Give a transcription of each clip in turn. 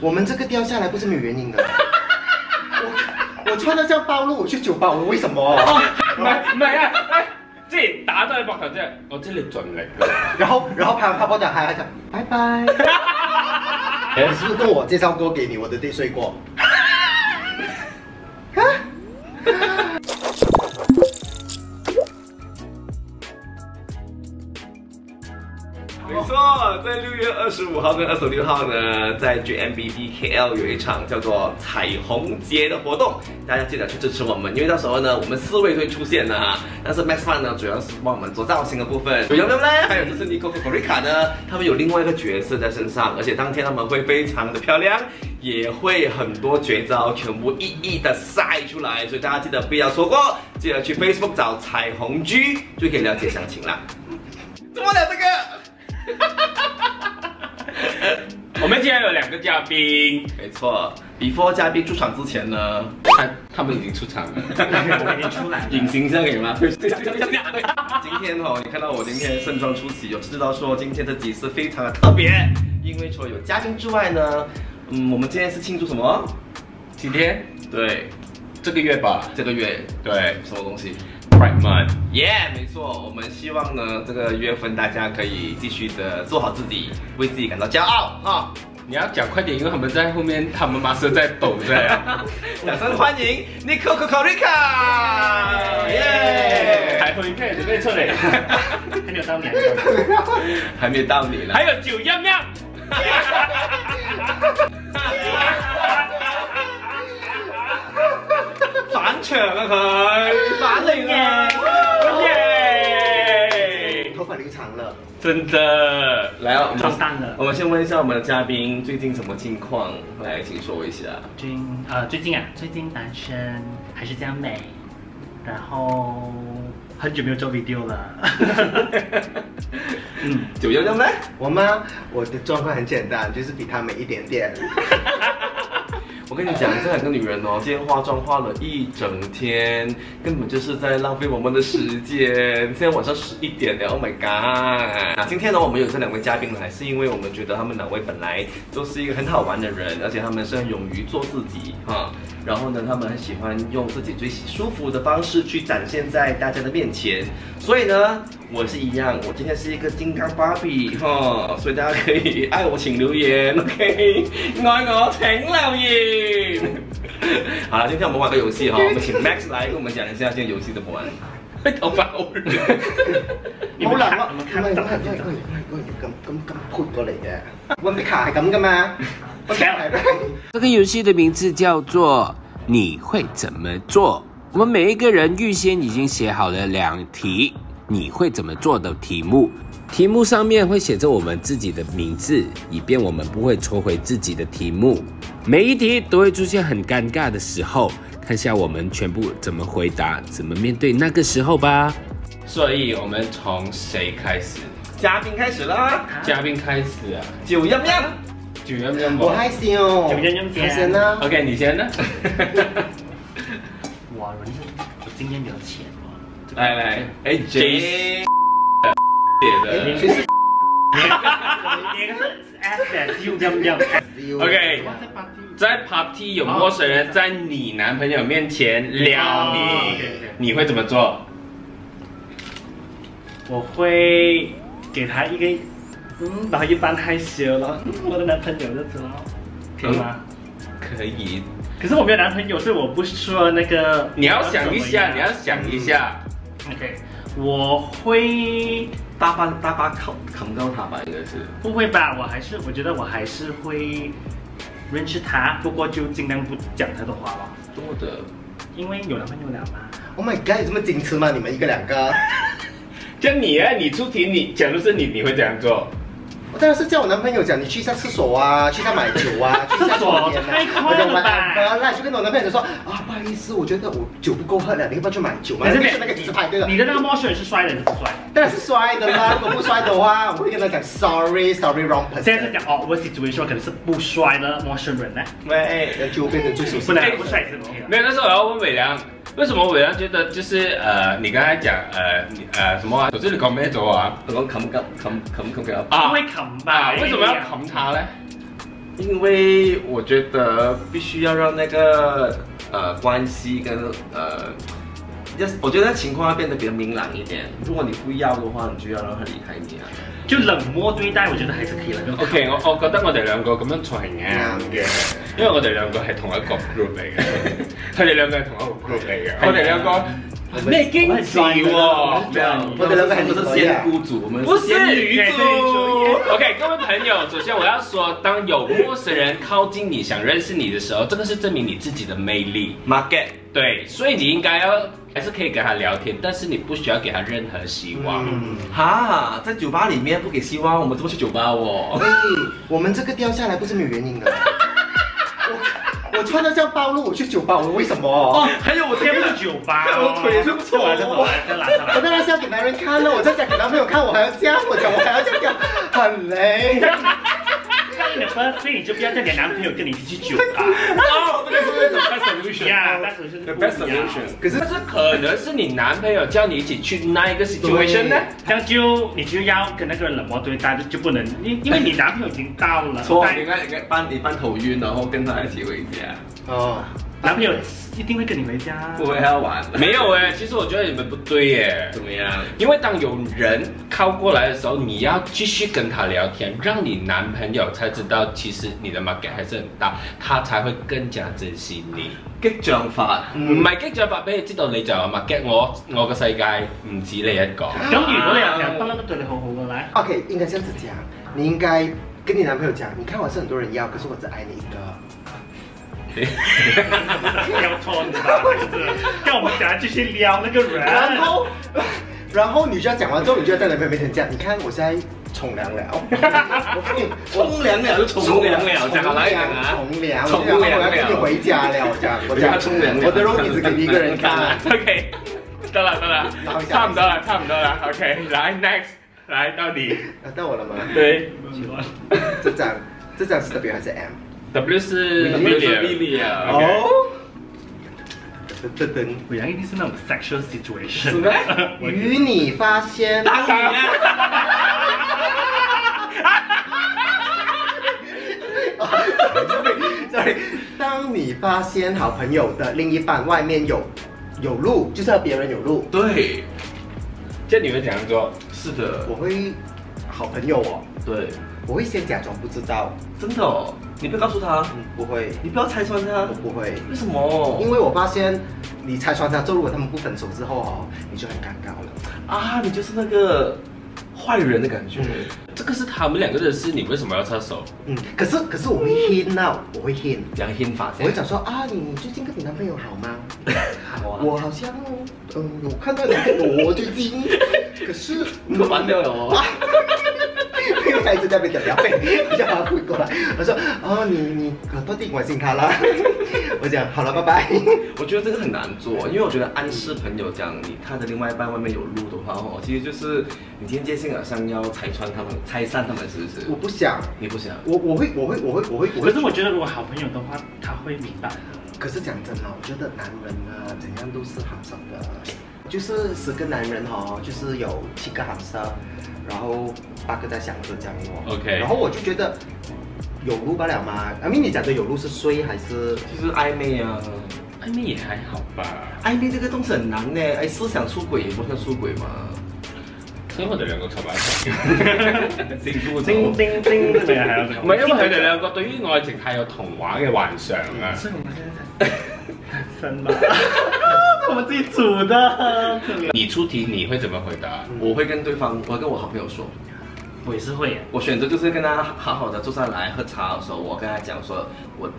我们这个掉下来不是没有原因的。我我穿的这样暴露，我去酒吧，我为什么？唔係唔係啊，哎即係打咗你膊頭啫，我知你盡力㗎。然后然后拍完泡泡的还还讲拜拜。你是不是跟我介绍过给你我的对睡过？没错，在六月二十五号跟二十六号呢，在 GMBD KL 有一场叫做彩虹节的活动，大家记得去支持我们，因为到时候呢，我们四位会出现的啊。但是 Max Fun 呢，主要是帮我们做造型的部分，有有没有呢？还有就是 Nico 和 Corica 呢，他们有另外一个角色在身上，而且当天他们会非常的漂亮，也会很多绝招全部一一的晒出来，所以大家记得不要错过，记得去 Facebook 找彩虹 G 就可以了解详情啦。怎么了这个？我们今天有兩個嘉賓，没错，before 嘉宾出场之前呢，他哎他們已經出場了，我已经出来了。隐形一下可以吗？今天哦，你看到我今天盛装出席，有知道说今天这集是非常的特别，因为除了有嘉宾之外呢，嗯，我们今天是庆祝什么？今天对，這個月吧，这个月對什么东西？ ，Pride Month。耶、没错，我们希望呢这个月份大家可以继续的做好自己，为自己感到骄傲啊！你要講快點，因為他們在後面，他們馬上在抖着呀。掌声欢迎 Nico Corica，耶、台風片準備出嚟，还没有到你，还没到你呢。還有九樣樣。反場啊佢，反嚟啦！耶！头发留长了，真的，来啊，我们中弹了我们先问一下我们的嘉宾最近什么近况，来，请说一下。最近呃最近啊，最近单身还是这样美，然后很久没有做 video 了。 嗯，九幺幺呢？我吗？我的状况很简单，就是比他美一点点。我跟你讲，这两个女人哦，今天化妆化了一整天，根本就是在浪费我们的时间。现在晚上十一点了，Oh my god！那今天呢，我们有这两位嘉宾来，是因为我们觉得他们两位本来都是一个很好玩的人，而且他们是很勇于做自己哈、然后呢，他们很喜欢用自己最舒服的方式去展现在大家的面前。所以呢，我是一样，我今天是一个金刚芭比哈，所以大家可以爱我请留言，OK？爱我请留言。好了，今天我们玩个游戏哈，我们请 Max 来跟我们讲一下这个游戏怎么玩。頭髮好亂。你好們難看啊！唔你們係看唔係唔到係唔係咁咁咁潑過嚟嘅，温迪卡係咁噶嘛？温迪卡係这个游戏的名字叫做“你会怎么做”。我们每一个人预先已经写好了两题“你会怎么做”的题目，题目上面会写着我们自己的名字，以便我们不会抽回自己的题目。每一题都会出现很尴尬的时候，看下我们全部怎么回答，怎么面对那个时候吧。所以我們從誰開始？嘉宾开始啦，嘉賓開始啊，九样样。九樣樣我冇。開心哦，有人用開心啦！ OK，你先呢？我人生我今天没有钱哦。来来，哎，J ，J，写的。那个是 S S U 这样 OK 我在在 party party 有陌生人在你男朋友面前撩哦你，OK，OK，你会怎么做？我会给他一个，嗯，然后一般害羞，然后嗯我的男朋友就知道，可以吗？嗯可以。可是我没有男朋友，所以我不说那个。你要想一下，你要我怎么想一下。样。OK，我会大巴大巴扛扛高他吧，应该是。不会吧？我还是我觉得我还是会认识他，不过就尽量不讲太多话了，多的，因为有男朋友了嘛。 Oh my god，有这么矜持吗？你们一个两个？像你啊，你出题，你假如是你，你会怎样做？我当然是叫我男朋友讲，你去一下厕所啊，去一下买酒啊，去一下过年啊。厕所太快了吧我来就跟我男朋友说啊，不好意思，我觉得我酒不够喝了，你要不要去买酒嘛？可是就是那个直排队的你，的那个陌生人是帅的还是不帅？当然是摔的啦。如果不摔的话，我会跟他讲 sorry，sorry，wrong person。现在是讲哦，我 situation 可能是不帅的陌生人呢，喂，那就变成最熟悉不的能人。不帅也是 OK 的。没有，那时候我要问伟良，为什么伟良觉得就是呃，你刚才讲呃你呃什么啊？我这里搞咩做啊？我讲冚高，冚冚冚高。啊不会扛吧？啊，为什么要？扛他呢？因为我觉得必须要让那个呃关系跟呃，要我觉得情况要变得比较明朗一点。如果你不要的话，你就要让他离开你啊。就冷漠对待，我觉得还是可以了。 O、k 我我覺得我哋兩個咁樣做係啱嘅，啊因為我哋兩個係同一個 group 嚟嘅， 佢哋兩個係啊同一個 group 嚟嘅，我哋兩個咩矜持喎？我係專業的我的老板不是仙姑主，我们不是仙女女对主对 对。OK，各位朋友，首先我要说，当有陌生人靠近你、想认识你的时候，这个是证明你自己的魅力。 market。对，所以你应该要还是可以跟他聊天，但是你不需要给他任何希望。嗯，哈，在酒吧里面不给希望，我们怎么去酒吧哦？哎，我们这个掉下来不是没有原因的。我我穿的这样暴露，我去酒吧，我为什哦么？还有我今天不是酒吧、哦，我腿是不错完了完了完了完了 我当然是要给男人看了，我在家给男朋友看，我还要这样，我讲我还要这样，很累。你的 first thing 你就不要叫你的男朋友跟你一起去酒吧。哎哦，这个是 the best solution。呀，但是是 The 不 best 一样。 solution。可是但是可能是你男朋友叫你一起去那一个 situation 呢？这样就你就要跟那个人冷漠对待，就不能因因为你男朋友已经到了，错，但你看，你看，半你半头晕，然后跟他一起回家，哦，男朋友一定会跟你回家。我要玩了。 没有哎、其实我觉得你们不对耶、怎么样？因为当有人靠过来的时候，你要继续跟他聊天，让你男朋友才知道，其实你的 market 还是很大，他才会更加珍惜你。激將法，唔嗯係激咗白俾你知道，你就話 market 我，我個世界唔止你一個。咁如果你有人不嬲都對你好好嘅咧， OK，应该这样子讲，你应该跟你男朋友讲，你看我是很多人要，可是我只爱你一个。要错你吧，让我们等下继续撩那个人。然后，然后你就要讲完之后，你就要在男朋友面前讲，你看我现在冲凉了，沖涼了就沖冲涼了，講凉來講啊，冲凉，冲我涼要跟你了，回家了，我讲，我讲我要冲凉了我的 room 只给你一个人看。啊 OK，得了得了，差唔多啦，差唔多啦。OK，來 next，來到你。啊到我了吗？對这张，这张是 W 还是 M？ ，W 是没有 William 了， OK 哦，噔噔噔，我阳一定是那种 sexual situation，是咩与你发现，當然啊， sorry，当你发现好朋友的另一半外面有有路，就是和别人有路，对，即係你會點樣做？是的，我会好朋友哦，对，我会先假装不知道，真的哦，你不要告诉他，嗯，不会，你不要拆穿他我，不会，为什么？因为我发现你拆穿他之后，如果他们不分手之后哦，你就很尴尬了。啊，你就是那个坏人的感觉，這個是他們兩個的事，你為什麼要插手？嗯，可是可是我会 hint 到，我会 hint，讲宪法我会讲说啊，你最近跟你男朋友好吗？好啊，我好像嗯有看到你跟我最近，可是你都完掉了啊哦，因为他一直在被讲两倍，我叫他回过来，我说哦你你到底关心他啦， 我讲好了拜拜，我觉得这个很难做，因为我觉得暗示朋友讲你他的另外一半外面有路的话哦，其实就是你今天见信好像要拆穿他们，拆散他们，是不是我？不想，你不想？我我会我会我会我会我可会是我觉得如果好朋友的话，他会明白的。可是讲真啊，我觉得男人呢，怎样都是好色的，就是十个男人哦，就是有七个好色，然后八个在想着这样哦。 OK 然后我就觉得有路罢了嘛。阿明，你讲的有路是睡还是？就是暧昧啊，暧昧也還好吧。暧昧这个东西很难呢。哎，思想出轨也不算出轨嘛。所以我哋兩個坐埋一齊， 辛苦叮叮叮，這個人還要唔係因為佢 哋兩個對於愛情太有童話嘅幻想啊。所以我們現在才生 吧，我们自己煮的。你出题你會怎麼回答？我会跟对方，我会跟我好朋友说，我也是会耶，我选择就是跟他好好的坐下来喝茶的时候，我跟他讲说我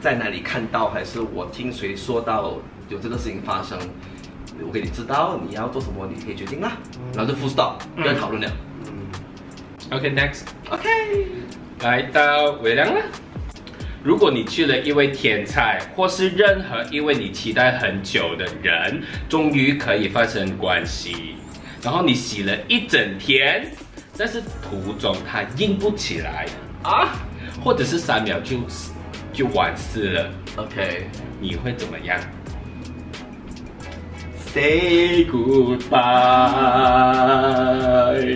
在哪里看到，还是我听谁说到有这个事情发生，我给你知道你要做什么，你可以决定啦。然后就 full stop，不要讨论了。嗯， OK next。OK，来到伟良了。如果你去了一位天才，或是任何一位你期待很久的人，终于可以发生关系，然后你洗了一整天，但是途中他硬不起来啊，或者是三秒就就完事了， OK。你会怎么样？ Say goodbye。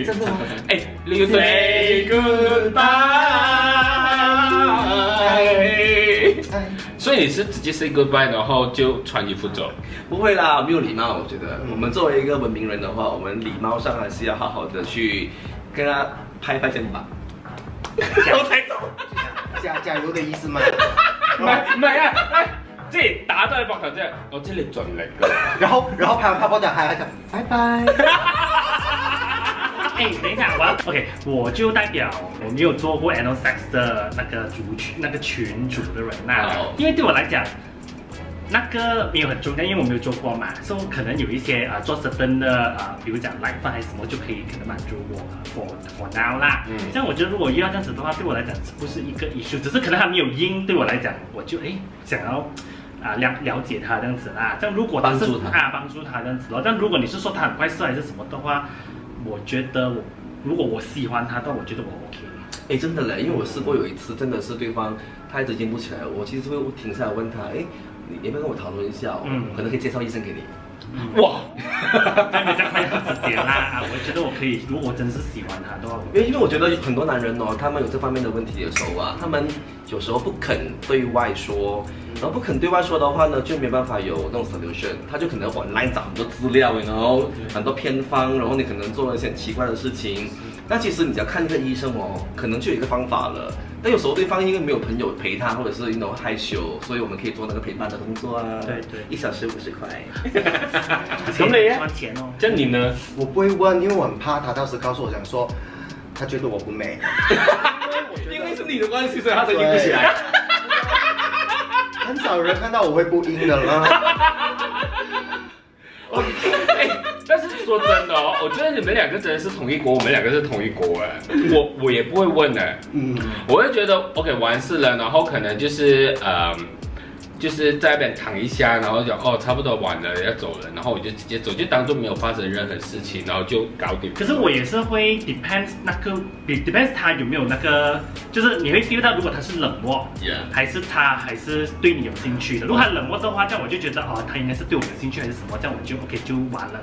真的吗？哎，你要对 goodbye。拜。哎，所以你是直接 say goodbye，然后就穿衣服走。不会啦，没有礼貌，我觉得我们作为一个文明人的话，我们礼貌上还是要好好的去跟他拍拍肩膀。我才走。加加油的意思吗？唔係唔係啊，哎即係打低你膊頭啫，我知你盡力㗎啦。然后然后拍完拍完的还还讲拜拜。 哎、等一下，我要 OK，我就代表我没有做过 anal sex 的那个族群、那个群主的人呐、哦因为对我来讲，那个没有很重要，因为我没有做过嘛，所以可能有一些啊、呃做 certain 的啊、呃比如讲奶饭还是什么就可以可能满足我呃 for for now 啦。嗯这样我觉得如果遇到这样子的话，对我来讲不是一个 issue，只是可能他没有音，对我来讲我就哎想要。啊，了了解他这样子啦，这样如果他是帮助他啊，帮助他这样子咯。但如果你是说他很快射还是什么的话，我觉得我如果我喜欢他，但我觉得我 OK。哎，真的嘞，因为我试过有一次，真的是对方他一直硬不起来，我其实会停下来问他，哎，你要不要跟我讨论一下、哦？嗯可能可以介绍医生给你。哇，但比较快要直接啦，啊我觉得我可以。如果我真是喜欢他的话，我因为因为我觉得很多男人哦，他们有这方面的问题的时候啊，他们有时候不肯对外说，然后不肯对外说的话呢，就没办法有那种 solution，他就可能 online 找很多资料，然后很多偏方，然后你可能做了一些很奇怪的事情。那其实你只要看一个医生哦，可能就有一个方法了。但有时候对方因为没有朋友陪他，或者是那种害羞，所以我们可以做那个陪伴的工作啊。对对一小时五十块。咁你咧赚钱哦。即係你呢？我不会问，因为我很怕他到时告诉我讲说，他觉得我不美。因为是你的关系，所以他才硬不起来。 很少有人看到我会不阴的啦。哎，但是说真的哦，我觉得你们两个真的是同一国，我们两个是同一国哎。我我也不会问哎，嗯，我会觉得 OK 完事了，然后可能就是呃。就是在那边躺一下，然后讲哦，差不多完了要走了，然后我就直接走，就当做没有发生任何事情，然后就搞定。可是我也是会 depends 那个比 depends 他有没有那个，就是你会 feel 到，如果他是冷漠 Yeah 还是他还是对你有兴趣的。如果他冷漠的话，这样我就觉得哦，他应该是对我有兴趣还是什么，这样我就 OK 就完了，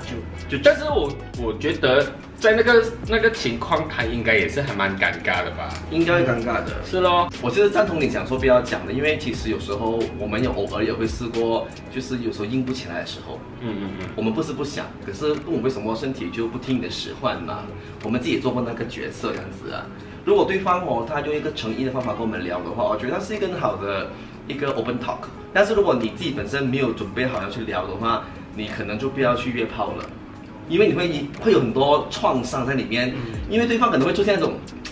就就但是我我觉得在那个那个情况，他应该也是还蛮尴尬的吧？应该会尴尬的。是咯，我其实赞同你讲说不要讲的，因为其实有时候我们有偶尔也会试过，就是有时候硬不起来的时候，嗯嗯嗯，我们不是不想，可是不懂为什么身体就不听你的使唤嘛。我们自己也做过那个角色这样子啊。如果对方哦，他用一个诚意的方法跟我们聊的话，我觉得那是一个很好的一个 open talk。但是如果你自己本身没有准备好要去聊的话，你可能就不要去约炮了，因为你会会有很多创伤在里面，因为对方可能会出现那种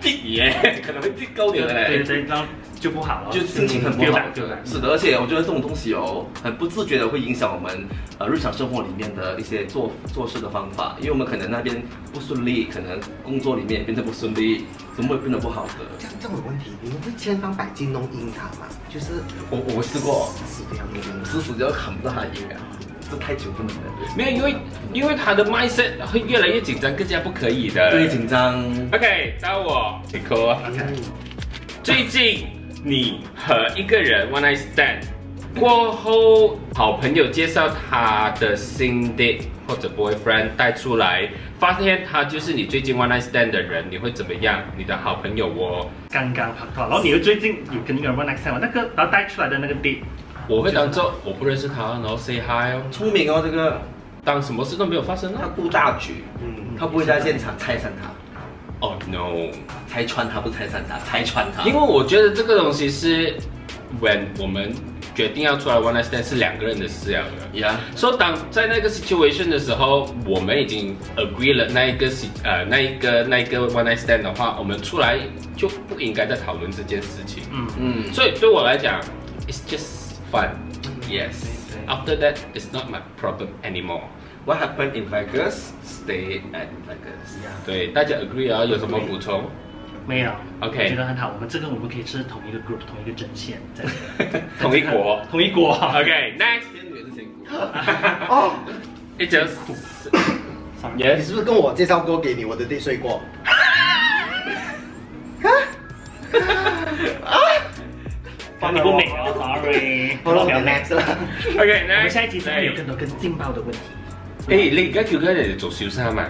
地 耶，可能会地沟你对的嘞。对对，然后就不好了，就心情很不丢好脸丢脸，是的，而且我觉得这种东西哦，很不自觉的会影响我们呃日常生活里面的一些做做事的方法，因为我们可能那边不顺利，可能工作里面也变得不顺利，怎么会变得不好的？这样这种问题，你们会千方百计弄阴他吗？就是我我试过，死不要弄阴。死死就要扛不到他音啊，这太久不能了。没有，因为因为他的 mindset 会越来越紧张，更加不可以的。对紧张， OK，到我啊 t i 最近你和一个人 one night stand 过后，好朋友介绍他的新 date 或者 boyfriend 带出来，发现他就是你最近 one night stand 的人，你会怎么样？你的好朋友哦，刚刚拍拖，然后你又最近有跟一个人 one night stand 吗那个然后带出来的那个 date，我会当做我不认识他，然后 say hi 哦，聪明哦，这个当什么事都没有发生他啊。顾大局，嗯，他不会在现场拆散他，哦、no。拆穿他不是拆散他，拆穿他。因为我觉得这个东西是，when 我们决定要出来 one night stand 是两个人的事啊了的。呀，所、以当在那个 situation 的时候，我们已经 agree 了那一个是呃那一个那一个 one night stand 的话，我们出来就不应该再讨论这件事情。嗯，嗯，所以对我来讲，it's just fun。Yes. 对 After that, it's not my problem anymore. What happened in Vegas? Stay at Vegas. 对，大家 agree 啊？有什么补充？没有 OK 我觉得很好。我们这个我们可以是同一个 group，同一个阵线，在 同一国同一国。 OK, next. 仙女还是仙姑？嗯哦， It's just Sorry yes. 你是不是跟我介绍过给你我的 date 睡过？你不美哦，sorry。好了， 我们 next 啦。 OK, 我 next. 们下一集是不是有更多更劲爆的问题？诶，哎你而家叫佢哋做小三啊？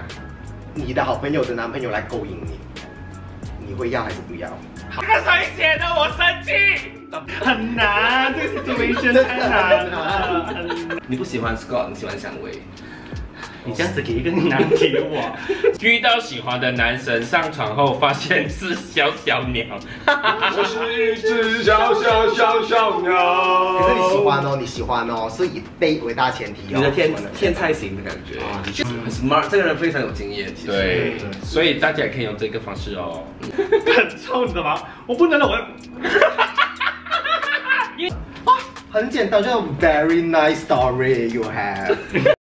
你的好朋友的男朋友来勾引你，你会要还是不要？这个谁写的？我生气。很难，这个 situation 太难了。 很你不喜欢 Scott，你喜欢蔷薇。你这样子给一个难题我，遇到喜欢的男神，上床后发现是小小鸟，我是一只小小小小鸟可是你喜欢哦，你喜欢哦，是以 date 为大前提哦。你的天喜欢天才型的感觉啊，你就是很 smart，这个人非常有经验。其实，对对， 所以大家也可以用这个方式哦。很臭，你知道吗？我不能了，我很简单，就是 very nice story you have。